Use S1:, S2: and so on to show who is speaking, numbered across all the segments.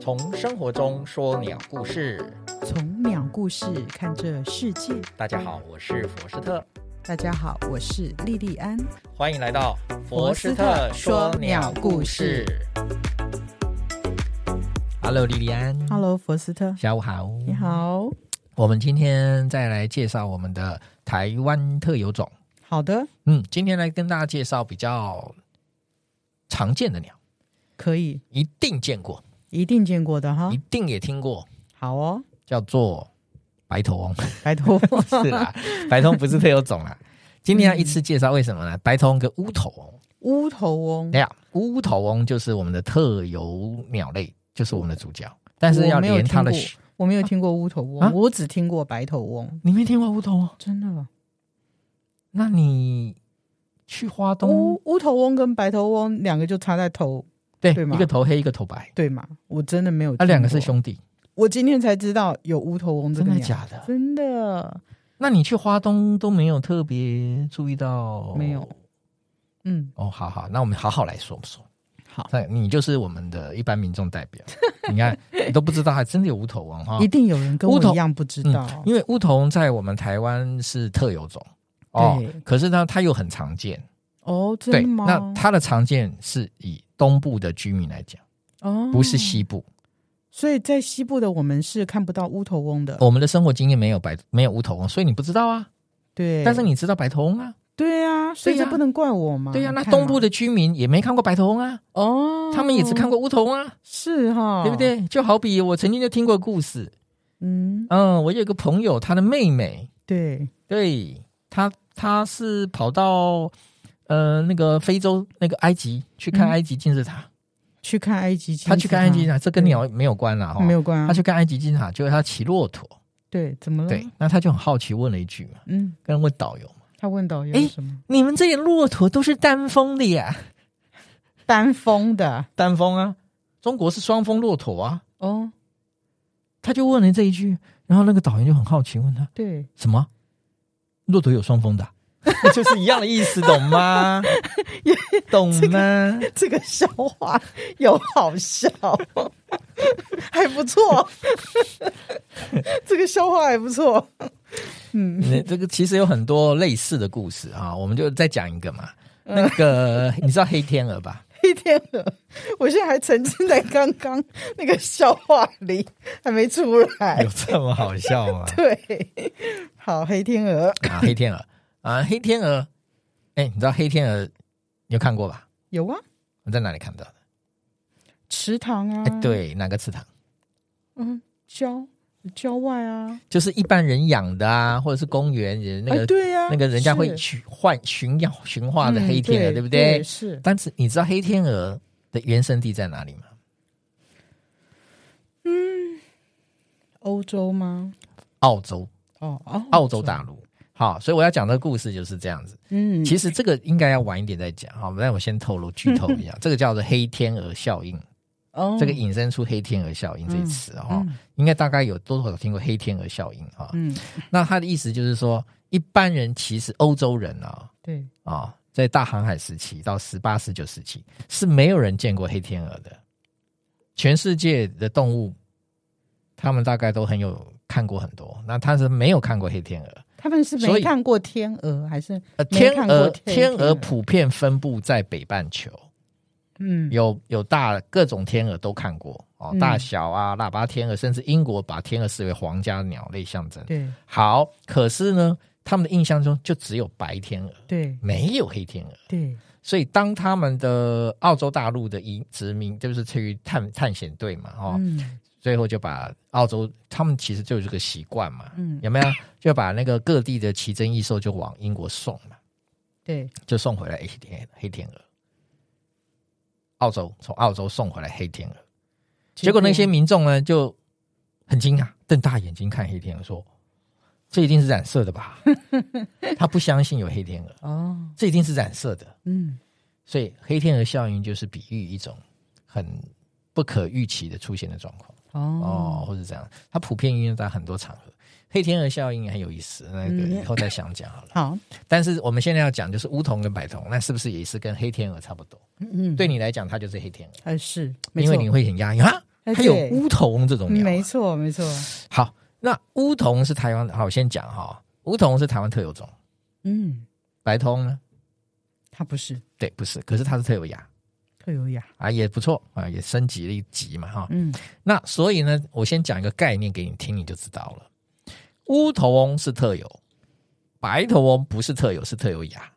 S1: 从生活中说鸟故事。
S2: 从鸟故事看这世界。
S1: 大家好，我是佛斯特，
S2: 大家好，我是莉莉安。
S1: 欢迎来到
S2: 佛斯特说鸟故事。
S1: Hello，莉莉安
S2: Hello，佛斯特，
S1: 下午好。
S2: 你。好。
S1: 我们今天再来介绍我们的台湾特有种。
S2: 好的，
S1: 嗯，今天来跟大家介绍比较常见的鸟，
S2: 可以，
S1: 一定见过，
S2: 一定见过的哈
S1: 一。定也听过，
S2: 好哦，
S1: 叫做白头翁。
S2: 拜 托。
S1: 是啦，白头翁不是特有种啦。今天要一次介绍为什么呢？白头翁跟乌头翁，
S2: 乌头翁
S1: 哎，呀，乌头翁就是我们的特有鸟类，就是我们的主角，但是要连它的
S2: 我没有
S1: 血。
S2: 我没有听过乌头翁，
S1: 啊
S2: 我只听过白头翁。
S1: 你没听过乌头翁？
S2: 真的，
S1: 那你去花东
S2: 乌乌头翁跟白头翁两个就差在头，
S1: 对
S2: 对吗
S1: 一个头黑，一个头白，
S2: 对吗？我真的没有。
S1: 它两个是。兄弟，
S2: 我今天才知道有乌头翁这
S1: 真
S2: 个
S1: 的
S2: 鸟，
S1: 假的？
S2: 真的
S1: 那你去花东都没有特别注意到？
S2: 没有。嗯，
S1: 哦，好好，那我们好好来说说。
S2: 好，
S1: 那你就是我们的一般民众代表， 你看你都不知道，还真的有无头翁哈
S2: 一。定有人跟
S1: 乌
S2: 我
S1: 头
S2: 一样不知道。
S1: 因为乌头翁在我们台湾是特有种哦
S2: 对，
S1: 可是呢，它又很常见。
S2: 哦，真
S1: 对，
S2: 的吗？
S1: 那它的常见是以东部的居民来讲，
S2: 哦，
S1: 不是西部。
S2: 所以在西部的我们是看不到乌头翁的，
S1: 我们的生活经验没有白没有乌头翁，所以你不知道啊。
S2: 对。
S1: 但是你知道白头翁啊，
S2: 对啊，所以这
S1: 对啊
S2: 不能怪我嘛。
S1: 对呀、
S2: 你
S1: 那
S2: 嗯看
S1: 东
S2: 嘛
S1: 部的居民也没看过白头翁啊，
S2: 哦，
S1: 他们也只看过乌头翁啊，
S2: 是哈，
S1: 对不？对？就好比我曾经就听过故事，
S2: 嗯，
S1: 嗯，我有一个朋友，他的妹妹，
S2: 对，
S1: 对他，他是跑到呃那个非洲那个埃及去看
S2: 嗯
S1: 埃及金字塔，
S2: 去看埃及金字塔，
S1: 他去看埃及金字塔，这跟鸟没有关啦哈，
S2: 没有关啊，
S1: 他去看埃及金字塔，结果他骑骆驼，
S2: 对，怎么了？
S1: 对，，那他就很好奇问了一句嘛，
S2: 嗯，
S1: 跟问导游嘛，
S2: 他问导游
S1: 诶
S2: 什么？
S1: 你们这些骆驼都是单峰的呀？
S2: 单峰的
S1: 单峰啊，中国是双峰骆驼啊，
S2: 哦，
S1: 他就问了这一句，然后那个导游就很好奇问他
S2: 对，
S1: 什么？骆驼有双峰的啊、 就是一样的意思，懂 吗？懂吗？
S2: 这个笑话有好 笑，还不 错，这个笑话还不错，嗯，
S1: 那这个其实有很多类似的故事啊，我们就再讲一个嘛。那个你知道黑天鹅 吧？
S2: 黑天鹅，我现在还沉浸在刚刚那个笑话里，还没出 来？
S1: 有。这么好笑吗
S2: 对，好，黑天鹅
S1: 啊，黑天鹅啊，黑天鹅，哎，你知道黑天鹅你有看过吧？
S2: 有啊，
S1: 我在哪里看到的？
S2: 池塘啊，
S1: 哎，，对，哪个池塘？
S2: 嗯，郊郊外啊，
S1: 就是一般人养的啊，或者是公园人那
S2: 哎，
S1: 个
S2: 对呀、啊，
S1: 那个人家会
S2: 是
S1: 去换驯养驯化的
S2: 嗯
S1: 黑天鹅，
S2: 对
S1: 不
S2: 对？
S1: 对？
S2: 是
S1: 但是你知道黑天鹅的原生地在哪里吗？
S2: 欧洲吗？
S1: 澳洲，
S2: 哦哦，
S1: 澳洲大陆。好，所以我要讲的故事就是这样子。
S2: 嗯，
S1: 其实这个应该要晚一点再讲哈，但我先透露剧透 一下，这个叫做黑天鹅效应，
S2: 哦，
S1: 这个引申出黑天鹅效应这一词哈，
S2: 嗯
S1: 应该大概有多少听过黑天鹅效应哈？
S2: 嗯，
S1: 那它的意思就是说，一般人其实欧洲人啊
S2: 对，
S1: 啊，在大航海时期到十八、十九世纪是没有人见过黑天鹅的，全世界的动物，他们大概都很有看过很多，那他是没有看过黑天鹅。
S2: 他们是
S1: 所
S2: 没
S1: 以
S2: 看过天鹅，还是
S1: 呃，
S2: 没
S1: 天
S2: 看过
S1: 鹅
S2: 天
S1: 天
S2: 天
S1: 鹅
S2: 鹅
S1: 普遍分布在北半球，
S2: 嗯，
S1: 有有大各种天鹅都看过哦
S2: 嗯，
S1: 大小啊，喇叭天鹅，甚至英国把天鹅视为皇家鸟类象征。
S2: 对
S1: 好，可是呢，他们的印象中就只有白天鹅，
S2: 对
S1: 没有黑天鹅。
S2: 对，
S1: 所以，当他们的澳洲大陆的移殖民，就是去探探险队嘛，哦，
S2: 嗯
S1: 最后就把澳洲，他们其实就有这个习惯嘛，
S2: 嗯，
S1: 有没有？就把那个各地的奇珍异兽就往英国送嘛。
S2: 对，
S1: 就送回来黑天黑天鹅，澳洲从澳洲送回来黑天鹅，结果那些民众呢就很惊讶，瞪大眼睛看黑天鹅，说：“这一定是染色的吧？” 他不相信有黑天鹅，
S2: 哦，
S1: 这一定是染色的。
S2: 嗯
S1: 所以黑天鹅效应就是比喻一种很不可预期的出现的状况
S2: 哦
S1: 哦，或者这样，它普遍应用在很多场合。黑天鹅效应很有意思，那个
S2: 嗯
S1: 以后再想讲好了。
S2: 好，
S1: 但是我们现在要讲就是乌桐跟白桐，那是不是也是跟黑天鹅差不多？
S2: 嗯，哎
S1: 对你来讲，它就是黑天鹅，
S2: 还是，没
S1: 因
S2: 错
S1: 为你会很压抑啊，
S2: 哎
S1: 还有
S2: 对嗯
S1: 乌桐这种鸟啊、
S2: 没错，没错，
S1: 好，那乌桐是台湾的，好，我先讲哈、乌桐是台湾特有种，
S2: 嗯，
S1: 白通呢？
S2: 它不是
S1: 对，不是，可是它是特有亚
S2: 特有雅，
S1: 啊，也不错啊，也升级了一级嘛哈、
S2: 嗯
S1: 那所以呢，我先讲一个概念给你听，你就知道了。乌头翁是特有，白头翁不是特有，是特有亚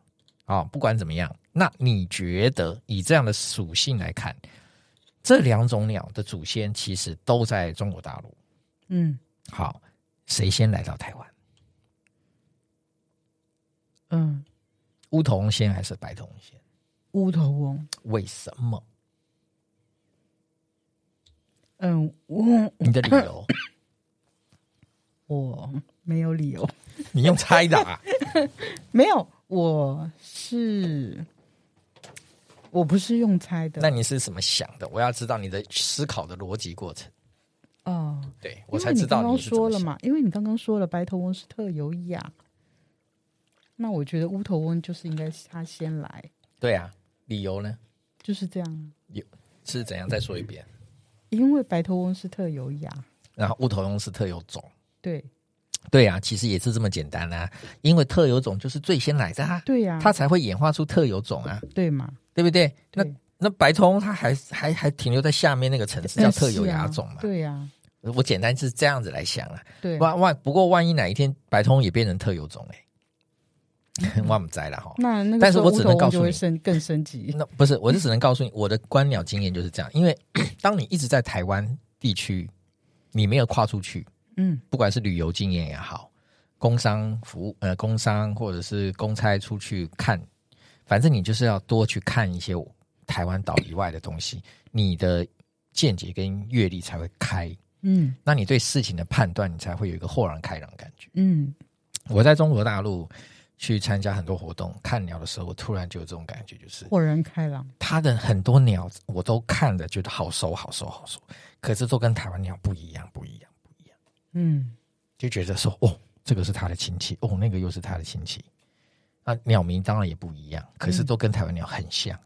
S1: 啊、不管怎么样，那你觉得以这样的属性来看，这两种鸟的祖先其实都在中国大陆。
S2: 嗯
S1: 好，谁先来到台湾？
S2: 嗯，
S1: 乌头翁先还是白头翁先？
S2: 乌头翁，
S1: 为什么？
S2: 嗯，我
S1: 你的理 由？
S2: 我没有理由，
S1: 你用猜的啊？
S2: 没有，我是我不是用猜的，
S1: 那你是怎么想的？我要知道你的思考的逻辑过程，
S2: 哦，
S1: 对
S2: 因
S1: 我
S2: 为
S1: 才知道
S2: 你刚刚
S1: 是怎么
S2: 说了
S1: 想
S2: 嘛，因为你刚刚说了白头翁是特有雅，那我觉得乌头翁就是应该是他先来，
S1: 对啊，理由呢
S2: 就是这样啊，
S1: 是怎样？再说一遍。
S2: 因为白头翁是特有雅，
S1: 然后乌头翁是特有种，
S2: 对
S1: 对啊，其实也是这么简单啊，因为特有种就是最先来的啊，
S2: 对呀、
S1: 它才会演化出特有种啊，
S2: 对嘛，
S1: 对不对？那
S2: 对
S1: 那白头翁它还还还停留在下面那个层次，叫特有亚种嘛。
S2: 哎啊对呀、啊
S1: 我简单是这样子来想啊，
S2: 对，
S1: 万万不过万一哪一天白头翁也变成特有种哎、欸， 万不栽了哈。
S2: 那那个
S1: 但是
S2: 时候
S1: 我
S2: 乌
S1: 只
S2: 头
S1: 能
S2: 翁
S1: 告
S2: 就
S1: 诉
S2: 会
S1: 你
S2: 升更升级，
S1: 那不是，我就只能告诉你，我的观鸟经验就是这样。因为 当你一直在台湾地区，你没有跨出去，
S2: 嗯
S1: 不管是旅游经验也好，工商服务呃工商或者是公差出去看，反正你就是要多去看一些台湾岛以外的东西，你的见解跟阅历才会开。
S2: 嗯
S1: 那你对事情的判断，你才会有一个豁然开朗的感觉。
S2: 嗯，
S1: 我在中国大陆去参加很多活动、看鸟的时候，我突然就有这种感觉，就是
S2: 豁然开朗，
S1: 它的很多鸟我都看了，觉得好熟、好熟、好熟，可是都跟台湾鸟不一样，不一样。
S2: 嗯
S1: 就觉得说，哦，这个是他的亲戚，哦，那个又是他的亲戚。那鸟鸣当然也不一样，可是都跟台湾鸟很像，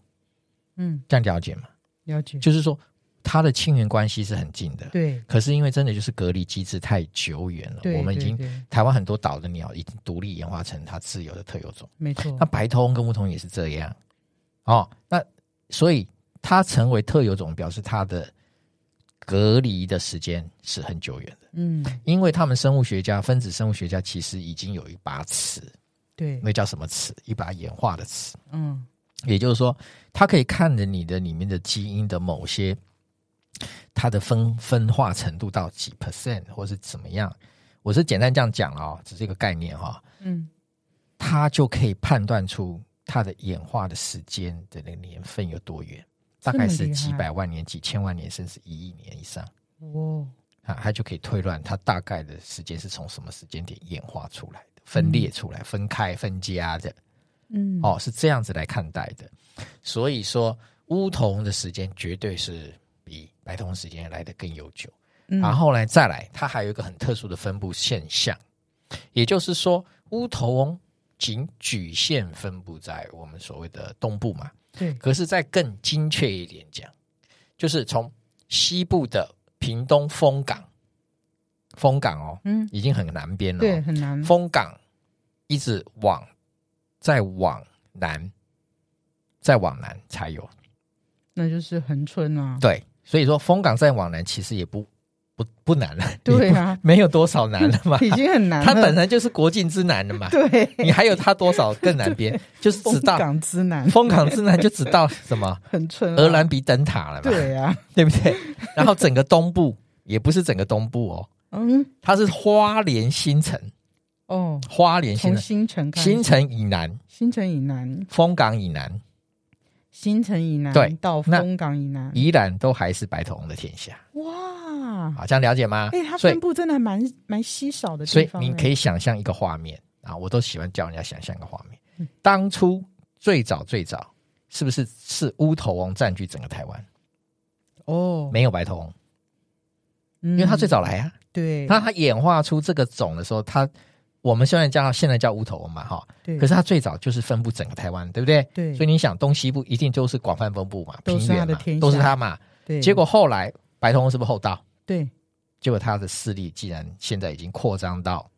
S2: 嗯，
S1: 这样了解吗？
S2: 了解，
S1: 就是说，它的亲缘关系是很近的，
S2: 对
S1: 可是因为真的就是隔离机制太久远了，
S2: 对，
S1: 我们已
S2: 对
S1: 经
S2: 对
S1: 台湾很多岛的鸟已经独立演化成它自由的特有种。
S2: 没错
S1: 那，白头翁跟梧桐也是这样，哦，那所以它成为特有种，表示它的隔离的时间是很久远的。
S2: 嗯，
S1: 因为他们生物学家、分子生物学家其实已经有一把尺，
S2: 对，
S1: 那叫什么尺？一把演化的尺。
S2: 嗯
S1: 也就是说，它可以看着你的里面的基因的某些，它的分分化程度到几 percent 或是怎么样。我是简单这样讲了哦，只是一个概念哈、哦，
S2: 嗯
S1: 它就可以判断出它的演化的时间的那个年份有多远，大概
S2: 这
S1: 是
S2: 么厉害
S1: 几百万年、几千万年，甚至一亿年以上。
S2: 哇，
S1: 啊，它就可以推断它大概的时间是从什么时间点演化出来的、分裂出来、分开、分家的
S2: 嗯
S1: 哦，是这样子来看待的。所以说，乌桐的时间绝对是比白桐时间来的更悠久。
S2: 嗯
S1: 然后呢，再来，它还有一个很特殊的分布现象，也就是说，乌头翁仅局限分布在我们所谓的东部嘛，
S2: 对，
S1: 可是再更精确一点讲，就是从西部的屏东丰港，丰港哦，
S2: 嗯，
S1: 已经很南边了、
S2: 对，
S1: 哦，
S2: 很难，
S1: 丰港一直往再往南，再往南才有。
S2: 那就是恒春 啊，
S1: 对，所以说丰港再往南其实也不不不难了，
S2: 对
S1: 也
S2: 啊
S1: 不，没有多少难了嘛
S2: ，已经很难了，
S1: 它本来就是国境之南了嘛，
S2: 对，
S1: 你还有它多少更南边，就是
S2: 风
S1: 只到
S2: 港之南
S1: 丰港之南就只到什 么
S2: 很春啊，
S1: 鹅銮鼻灯塔了嘛，
S2: 对啊，
S1: 对不对？然后整个东部也不是整个东部哦，
S2: 嗯
S1: 它是花莲新城，
S2: 哦，
S1: 花莲新
S2: 从
S1: 城，
S2: 新城开始，
S1: 新城以南，
S2: 新城以南，
S1: 丰港以南，
S2: 新城以南，
S1: 对
S2: 到
S1: 那
S2: 丰港以南，
S1: 宜兰都还是白头翁的天下，
S2: 哇，
S1: 好，这样了解吗？
S2: 哎，它
S1: 啊所以
S2: 分布真的还蛮蛮稀少的
S1: 所以
S2: 地方欸，
S1: 你可
S2: 以
S1: 以想象一个画面啊，我都喜欢叫人家想象一个画面。
S2: 嗯
S1: 当初最早最早是不是是乌头翁占据整个台湾，
S2: 哦，
S1: 没有白头翁，
S2: 因
S1: 因为它最早来啊。
S2: 对，
S1: 那它演化出这个种的时候，它我们虽然叫现在叫乌头翁嘛，哈，
S2: 对，
S1: 可是它最早就是分布整个台湾，对不对？
S2: 对
S1: 所以你想，东西部一定就是广泛分布嘛，
S2: 都是
S1: 平
S2: 它
S1: 原
S2: 的
S1: 嘛
S2: 天，下
S1: 都是它嘛。
S2: 对，
S1: 结果后来白头翁是不是厚道？
S2: 对，
S1: 结果他的势力竟然现在已经扩张到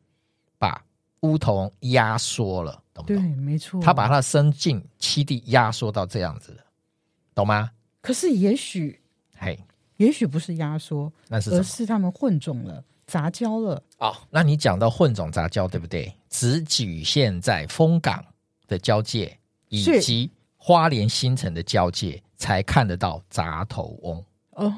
S1: 把乌头压缩了，懂不
S2: 对，
S1: 懂？
S2: 没错。
S1: 哦他把他的生境七地压缩到这样子了，懂吗？
S2: 可是也许
S1: 嘿，
S2: 也许不是压缩，
S1: 那是什
S2: 而
S1: 么？
S2: 是他们混种了、杂交了。
S1: 哦，那你讲到混种杂交，对不对？只局限在丰港的交界以
S2: 是
S1: 及花莲新城的交界才看得到杂头翁，
S2: 哦，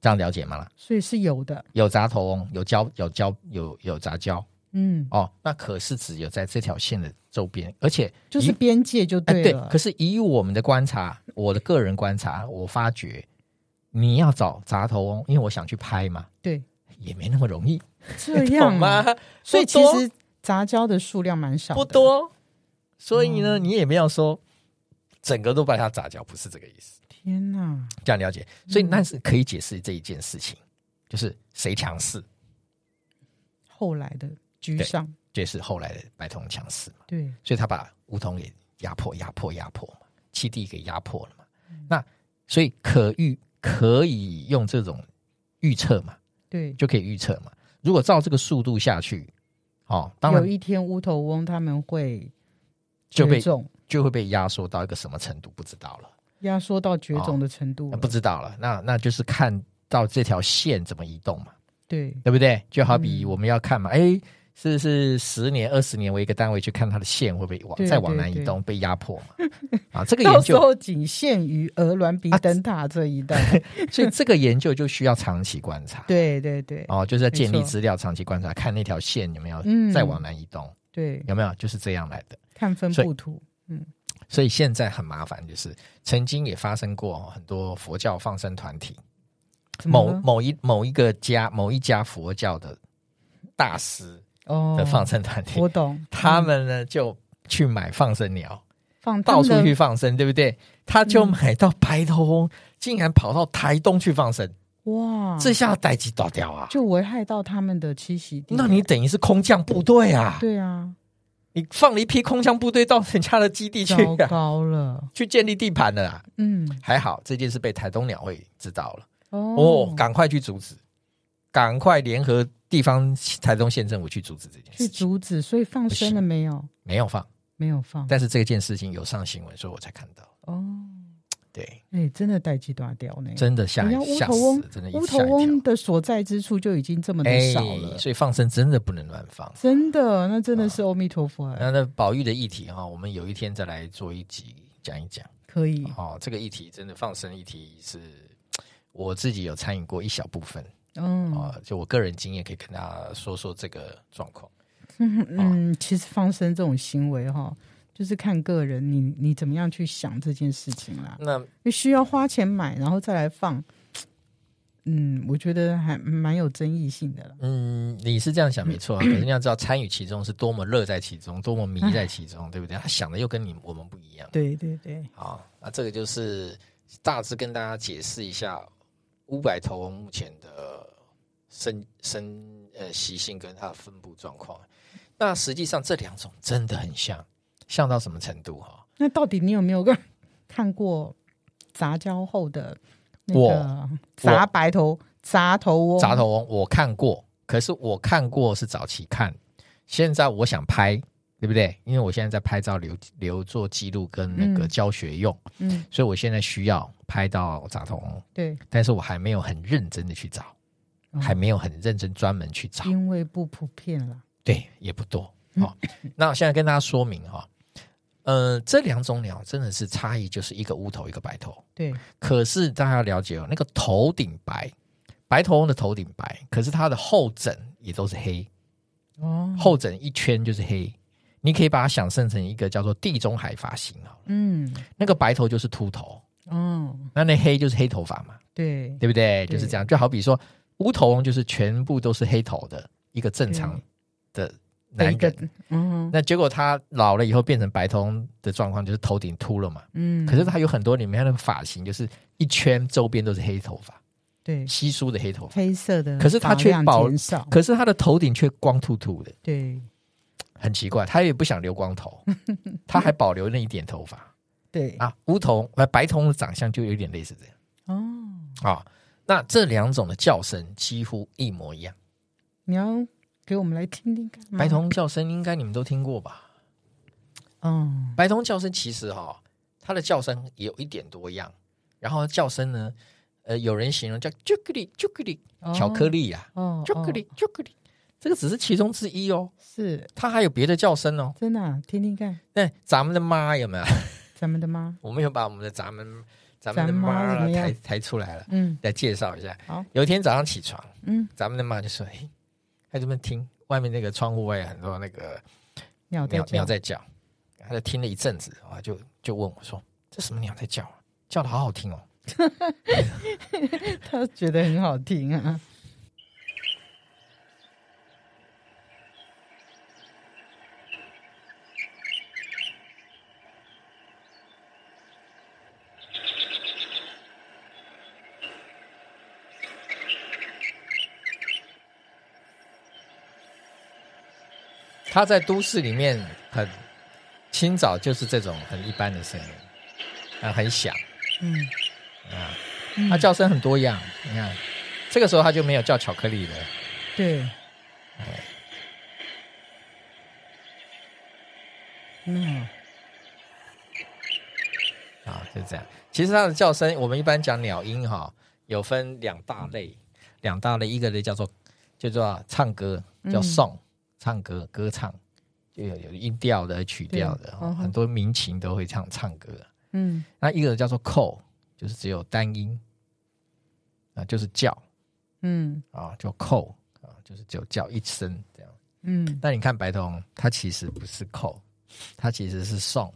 S1: 这样了解吗？
S2: 所以是有的。
S1: 有杂头翁，有交有交有有杂交
S2: 嗯，
S1: 哦，那可是只有在这条线的周边，而且
S2: 就是
S1: 以
S2: 边界就
S1: 哎
S2: 对了。
S1: 可是以我们的观察，我的个人观察，我发觉你要找杂头翁，因为我想去拍嘛，
S2: 对，
S1: 也没那么容易，
S2: 这
S1: 哎懂
S2: 样
S1: 吗
S2: 啊？？所以
S1: 不
S2: 其
S1: 多
S2: 实杂交的数量蛮少
S1: 不。
S2: 的，
S1: 多，所以
S2: 嗯
S1: 呢，你也不要说整个都把它杂交，不是这个意思，
S2: 天哪！
S1: 这样了解。所以
S2: 嗯
S1: 那是可以解释这一件事情，就是谁强势，
S2: 后来的居上，
S1: 就是后来的白铜强势嘛，
S2: 对，
S1: 所以他把梧桐给压迫、压迫、压迫嘛，七弟给压迫了嘛。
S2: 嗯
S1: 那所以可预可以用这种预测嘛，
S2: 对，
S1: 就可以预测嘛。如果照这个速度下去，哦，当
S2: 有
S1: 然
S2: 一天乌头翁他们会
S1: 就被
S2: 绝种，
S1: 就会被压缩到一个什么程度，不知道了。
S2: 压缩到绝种的程度
S1: 那
S2: 了、
S1: 不知道了，那那就是看到这条线怎么移动嘛，
S2: 对，
S1: 对不对？就好比
S2: 嗯
S1: 我们要看嘛，哎、是是十年、二十年为一个单位去看它的线会不会往
S2: 对
S1: 再往南移动，被压迫嘛？ 啊，这个研
S2: 到时
S1: 究，
S2: 候仅限于鹅銮鼻灯塔这一带。
S1: 所以这个研究就需要长期观察。
S2: 对对对，
S1: 哦，就是要建立
S2: 没错
S1: 资料，长期观察，看那条线有没有
S2: 嗯
S1: 再往南移动，
S2: 对，
S1: 有没有就是这样来的。
S2: 看分
S1: 所以
S2: 布图，
S1: 所以现在很麻烦，就是曾经也发生过很多佛教放生团体，
S2: 怎么
S1: 某
S2: 了
S1: 某一某一个家某一家佛教的大师
S2: 哦
S1: 的放生团体，
S2: 我懂，
S1: 他们呢就去买放生鸟，
S2: 放
S1: 到处
S2: 他们
S1: 去
S2: 的
S1: 放生，对不对？他就
S2: 嗯
S1: 买到白头翁，竟然跑到台东去放生，
S2: 哇，
S1: 这下逮鸡倒掉啊！
S2: 嗯就危害到他们的栖息地。
S1: 那你等于是空降部队啊！
S2: 对 啊，
S1: 你放了一批空降部队到人家的基地去、
S2: 糟
S1: 啊，
S2: 糕了，
S1: 去建立地盘了啊！
S2: 嗯，
S1: 还好这件事被台东鸟会知道了，哦
S2: 哦，，
S1: 赶快去阻止，赶快联合地方台东县政府去阻止这件
S2: 去
S1: 事情。
S2: 阻止，所以放生了没有？
S1: 没有放，
S2: 没有放
S1: 但是这件事情有上新闻，所以我才看到。
S2: 哦，
S1: 对，
S2: 哎、真的待机大掉呢。
S1: 真的吓
S2: 嗯人家乌
S1: 吓
S2: 头
S1: 死
S2: 翁
S1: 了，真的
S2: 乌
S1: 吓
S2: 头
S1: 一跳。
S2: 翁的所在之处就已经这么的
S1: 哎
S2: 少了，，
S1: 所以放生真的不能乱放。
S2: 真的，那真的是阿弥陀佛、哎
S1: 那那保育的议题哈、我们有一天再来做一集讲一讲。
S2: 可以，
S1: 哦，这个议题真的放生议题是我自己有参与过一小部分。
S2: 嗯、
S1: 啊、就我个人经验可以跟大家说说这个状况。
S2: 嗯嗯，其实放生这种行为哈，就是看个人你你怎么样去想这件事情啦。
S1: 那
S2: 你需要花钱买，然后再来放，嗯，我觉得还蛮有争议性的啦。
S1: 嗯，你是这样想没错、啊，可是你要知道参与其中是多么乐在其中，多么迷在其中，对不对？他想的又跟你我们不一样。
S2: 对对对，
S1: 好，那这个就是大致跟大家解释一下五百头翁目前的生生呃习性跟它的分布状况。那实际上这两种真的很像，像到什么程度哈、
S2: 那到底你有没有看过杂交后的那
S1: 我
S2: 个杂白头杂头翁？
S1: 杂头翁我看过，可是我看过是早期看，现在我想拍，对不对？因为我现在在拍照留留做记录跟那个
S2: 嗯
S1: 教学用，
S2: 嗯，
S1: 所以我现在需要拍到杂头翁，
S2: 对，
S1: 但是我还没有很认真的去找，
S2: 哦嗯
S1: 还没有很认真专门去找，
S2: 因为不普遍啦。
S1: 对，也不多。好、那我现在跟大家说明哈、呃，这两种鸟真的是差异就是一个乌头一个白头，
S2: 对，
S1: 可是大家要了解哦，那个头顶白，白头翁的头顶白，可是它的后枕也都是黑，
S2: 哦，
S1: 后枕一圈就是黑。你可以把它想象成一个叫做地中海发型哦，
S2: 嗯，
S1: 那个白头就是秃头，
S2: 哦，
S1: 那那黑就是黑头发嘛，
S2: 对，
S1: 对不对？
S2: 对
S1: 就是这样，就好比说乌头翁就是全部都是黑头的一个正常的男
S2: 一个
S1: 人，，
S2: 嗯
S1: 那结果他老了以后变成白头翁的状况就是头顶秃了嘛，
S2: 嗯，
S1: 可是他有很多里面那个发型就是一圈周边都是黑头发，
S2: 对
S1: 稀疏的黑头发。
S2: 黑色的发量减
S1: 可
S2: 少，
S1: 是它却保
S2: 少，
S1: 可是他的头顶却光秃秃的，
S2: 对
S1: 很奇怪，他也不想留光 头，他还保留那一点头发
S2: 对
S1: 啊。乌头呃白头的长相就有点类似这样
S2: 哦，
S1: 啊、那这两种的叫声几乎一模一样。
S2: 你要给我们来听听看吗
S1: 白，瞳叫声应该你们都听过吧？
S2: 嗯，
S1: 白瞳叫声其实哈、它的叫声有一点多样，然后叫声呢，呃，有人形容叫巧克力、巧克力、
S2: 哦
S1: 巧克力啊呀、
S2: 哦，
S1: 巧克
S2: 哦
S1: 力、巧克力，这个只是其中之一哦，
S2: 是
S1: 它还有别的叫声哦。
S2: 真的啊，听听看，
S1: 那咱们的妈有没有？
S2: 咱们的吗？
S1: 我们有把我们的咱们咱们
S2: 咱
S1: 的
S2: 妈
S1: 妈
S2: 怎么样
S1: 抬抬出来了，
S2: 嗯
S1: 来介绍一下。
S2: 好
S1: 有一天早上起床，
S2: 嗯，
S1: 咱们的妈就说：“哎，她这边听外面那个窗户外很多那个
S2: 鸟哦在
S1: 鸟
S2: 叫
S1: 鸟在叫，他就听了一阵子啊，就就问我说：“这什么鸟在叫啊？叫的好好听哦。
S2: 他觉得很好听啊。
S1: 它他在都市里面很清早就是这种很一般的声音，啊，很响
S2: 嗯，
S1: 啊，
S2: 嗯
S1: 它叫声很多样。你看，这个时候它就没有叫巧克力了。
S2: 对，嗯，
S1: 啊，就这样。其实它的叫声，我们一般讲鸟音哈，有分两大类，两大类，一个类叫做叫做唱歌，叫
S2: 嗯
S1: song，、唱歌歌唱，就有有音调的、曲调的，
S2: 对
S1: 哦
S2: 嗯哼
S1: 很多民情都会唱唱歌。
S2: 嗯
S1: 那一个叫做 call，就是只有单音，啊，就是叫
S2: 嗯
S1: 啊，叫 call 啊，就是只有叫一声这样。
S2: 嗯，
S1: 但你看白瞳，它其实不是 call，它其实是 song。
S2: 哦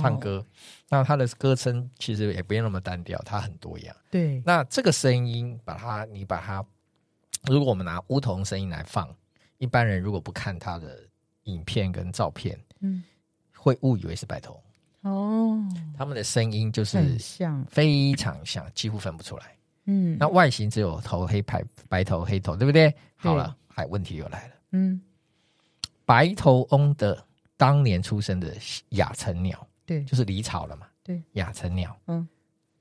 S1: 唱，歌，那他的歌声其实也不用那么单调，它很多样。
S2: 对，
S1: 那这个声音，把它你把它，如果我们拿梧桐声音来放，一般人如果不看它的影片跟照片，
S2: 嗯，
S1: 会误以为是白头。
S2: 哦，
S1: 他们的声音就是
S2: 很像，
S1: 非常像，几乎分不出来。
S2: 嗯，
S1: 那外形只有头黑白白头黑头，对不对？好了，还问题又来了，
S2: 嗯，
S1: 白头翁的当年出生的亚成鸟。
S2: 对，
S1: 就是离巢了嘛。
S2: 对，
S1: 亚成鸟，
S2: 嗯，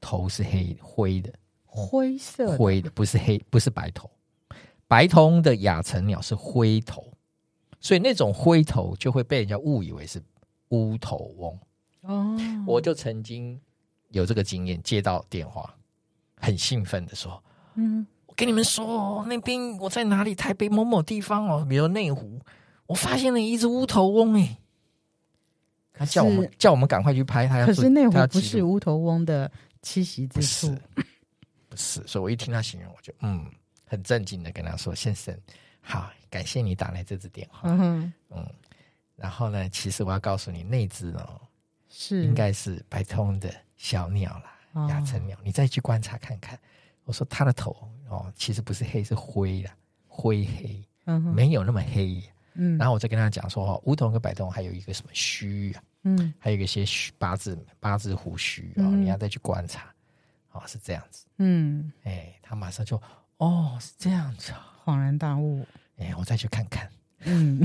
S1: 头是黑灰的，
S2: 灰色的，
S1: 灰的不是黑，不是白头。白头的亚成鸟是灰头，所以那种灰头就会被人家误以为是乌头翁。
S2: 哦，
S1: 我就曾经有这个经验，接到电话，很兴奋的说
S2: 嗯，：“
S1: 我跟你们说哦，那边我在哪里？台北某某地方哦，比如内湖，我发现了一只乌头翁哎、他叫我们叫我们赶快去拍，他要
S2: 可
S1: 做
S2: 是内湖
S1: 他要
S2: 不
S1: 记录
S2: 是乌头翁的栖息之
S1: 不
S2: 处
S1: 是，不是。所以我一听他形容，我就嗯，很震惊的跟他说：“先生，好，感谢你打来这支电话。
S2: 嗯哼，
S1: 嗯，然后呢，其实我要告诉你，那只哦，
S2: 是
S1: 应该是白通的小鸟啦，
S2: 嗯哦
S1: 亚成鸟，你再去观察看看。”我说：“它的头哦，其实不是黑，是灰啦，灰黑，
S2: 嗯哼，
S1: 没有那么黑。
S2: 嗯，
S1: 然后我再跟他讲说，哦，梧桐跟白通还有一个什么须啊，
S2: 嗯
S1: 还有一些须八字八字胡须哦，
S2: 嗯
S1: 你要再去观察，哦，是这样子。
S2: 嗯，
S1: 哎，他马上就哦是这样子啊，
S2: 恍然大悟，
S1: 哎，我再去看看。
S2: 嗯，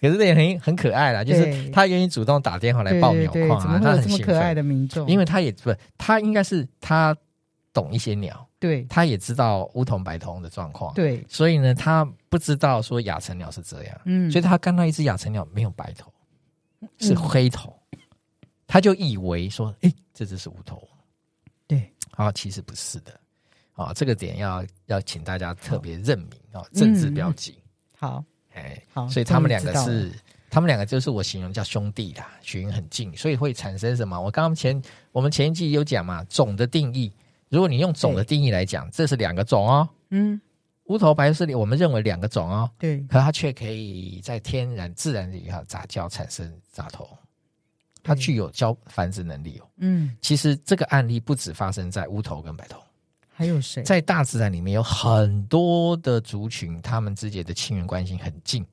S1: 可是这也很很可爱啦，就是
S2: 对
S1: 他愿意主动打电话 来
S2: 对
S1: 报
S2: 对
S1: 鸟
S2: 对
S1: 况
S2: 怎么
S1: 啊，
S2: 会
S1: 他
S2: 有
S1: 很
S2: 这么
S1: 兴
S2: 可爱
S1: 奋，
S2: 的民众？
S1: 因为他也不他应该是他懂一些鸟，
S2: 对
S1: 他也知道乌桐白桐的状况，，
S2: 对，
S1: 所以呢，他不知道说亚成鸟是这样，
S2: 嗯，
S1: 所以他看到一只亚成鸟没有白头，是
S2: 嗯
S1: 黑头，他就以为说，哎，这只是乌头，
S2: 对，
S1: 啊，其实不是的，啊，这个点要要请大家特别认明啊，政治标记，
S2: 好
S1: 哎、
S2: 好，
S1: 所以他们
S2: 嗯哦
S1: 两
S2: 终于知
S1: 个
S2: 道了
S1: 是，他们两个就是我形容叫兄弟啦，血缘很近，所以会产生什么？我刚刚前我们前一季有讲嘛，种的定义，如果你用种的定义来讲，这是两个种哦，
S2: 嗯，
S1: 乌头白是我们认为两个种哦，
S2: 对，
S1: 可它却可以在天然自然底下杂交产生杂头，它
S2: 对
S1: 具有交繁殖能力哦。
S2: 嗯，
S1: 其实这个案例不止发生在乌头跟白头。
S2: 还有谁？
S1: 在大自然里面有很多的族群，他们之间的亲缘关系很近，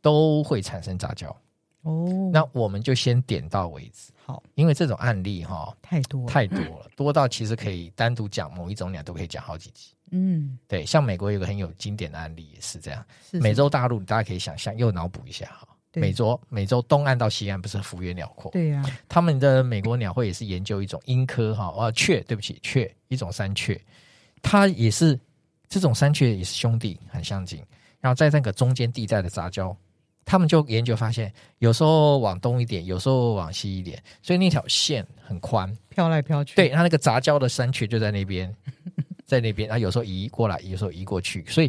S1: 都会产生杂交。
S2: 哦，
S1: 那我们就先点到为止，
S2: 好，
S1: 因为这种案例哈、
S2: 太多了，
S1: 太多了，多到其实可以单独讲某一种鸟都可以讲好几集。
S2: 嗯，
S1: 对，像美国有个很有经典的案例也是这样，
S2: 是什么
S1: 美洲大陆大家可以想象，又脑补一下哈。
S2: 对
S1: 美洲美洲东岸到西岸不是幅员辽阔，
S2: 对呀，啊
S1: 啊他们的美国鸟会也是研究一种鹰科哈，哦雀，对不起雀，一种山雀，它也是这种山雀也是兄弟，很相近。然后在那个中间地带的杂交，他们就研究发现，有时候往东一点，有时候往西一点，所以那条线很宽。
S2: 飘来飘去，
S1: 对，，它那个杂交的山雀就在那边，在那边，它啊有时候移过来，有时候移过去，所以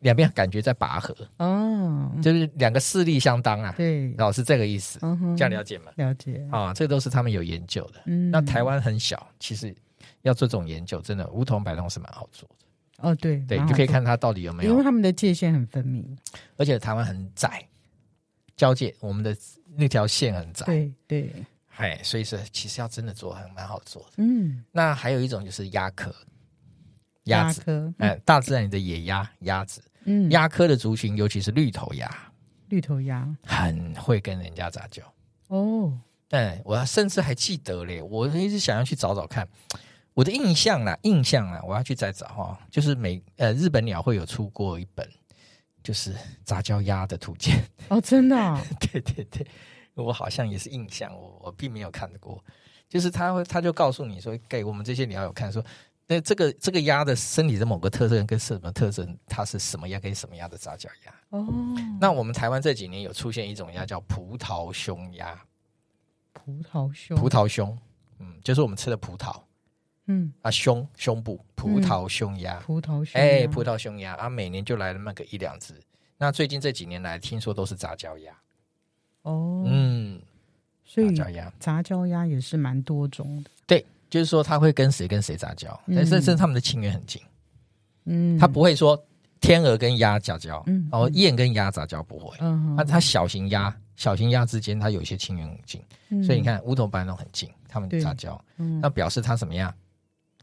S1: 两边感觉在拔河，
S2: 哦，
S1: 就是两个势力相当啊。
S2: 对，
S1: 老师这个意思，
S2: 嗯哼，
S1: 这样了解吗？
S2: 了解，
S1: 啊，这都是他们有研究的。
S2: 嗯，
S1: 那台湾很小，其实要做这种研究，真的梧桐白桐是蛮好做的。
S2: 哦，对，
S1: 对，
S2: 蛮
S1: 你
S2: 好
S1: 就可以
S2: 做
S1: 看它到底有没
S2: 因为
S1: 有，
S2: 他们的界限很分明，
S1: 而且台湾很窄，交界我们的那条线很窄，
S2: 对对，
S1: 哎，所以说其实要真的做很蛮好做的。
S2: 嗯，
S1: 那还有一种就是鸭科，鸭子，
S2: 科，
S1: 哎，大自然里的野鸭、鸭子，
S2: 嗯，
S1: 鸭科的族群，尤其是绿头鸭，
S2: 绿头鸭，
S1: 很会跟人家杂交。
S2: 哦，
S1: 嗯，我甚至还记得嘞，我一直想要去找找看。我的印象啦，印象啦，我要去再找哈、哦。就是美呃，日本鸟会有出过一本，就是杂交鸭的图鉴。
S2: 哦，真的啊，
S1: 对对对，我好像也是印象，我我并没有看过。就是他会，他就告诉你说，给我们这些鸟友看说，那这个这个鸭的身体的某个特征跟什么特征，它是什么鸭跟什么鸭的杂交鸭。
S2: 哦，
S1: 那我们台湾这几年有出现一种鸭叫葡萄胸鸭，
S2: 葡萄胸，
S1: 葡，萄胸，嗯，就是我们吃的葡萄
S2: 嗯，
S1: 啊，胸胸部葡萄胸鸭，
S2: 葡萄嗯胸，
S1: 哎、葡，萄胸鸭啊，每年就来了那个一两只。那最近这几年来，听说都是杂交鸭，
S2: 哦，
S1: 嗯，
S2: 所
S1: 杂
S2: 以
S1: 交鸭，
S2: 杂交鸭也是蛮多种的，
S1: 对，就是说它会跟谁跟谁杂交，
S2: 嗯
S1: 但是这他们的亲缘很近，
S2: 嗯，
S1: 它，不会说天鹅跟鸭杂交，
S2: 嗯
S1: 哦，雁跟鸭杂交不会，啊
S2: 嗯，
S1: 它它小型鸭。小型鸭之间，它有一些亲缘很近，
S2: 嗯
S1: 所以你，看乌头白龙很近，它们
S2: 对
S1: 杂交，
S2: 嗯
S1: 那，表示它怎么样？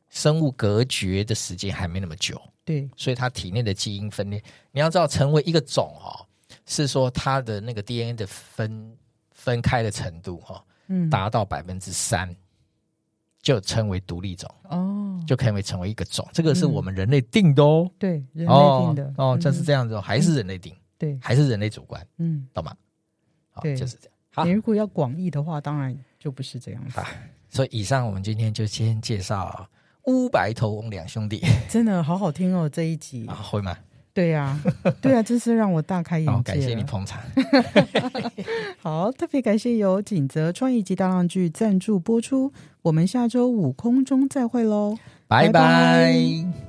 S1: 生物隔绝的时间还没那么久，
S2: 对，
S1: 所以它体内的基因分裂，你要知道，成为一个种哦，是说它的那个 DNA 的分分开的程度哦，
S2: 嗯，，
S1: 达到百分之三，就称为独立种，
S2: 哦，
S1: 就可以成为一个种。这个是我们人类定的哦，
S2: 对，嗯人类
S1: 哦
S2: 定的，
S1: 哦，
S2: 嗯
S1: 就是这样子哦，还是人类定，
S2: 对，
S1: 还是人类主观，
S2: 嗯，
S1: 懂吗？好，
S2: 对
S1: 就是这样。好
S2: 你，如果要广义的话，当然就不是这样子，
S1: 所以以上我们今天就先介绍乌白头翁两兄弟
S2: 真的好好听哦，这一集
S1: 啊，，会吗？
S2: 对呀，对呀，真是让我大开眼
S1: 好，
S2: 界，啊
S1: 感谢你捧场。
S2: 好，特别感谢由锦泽创意及大浪剧赞助播出。我们下周五空中再会喽。
S1: 拜
S2: 拜
S1: 拜
S2: 拜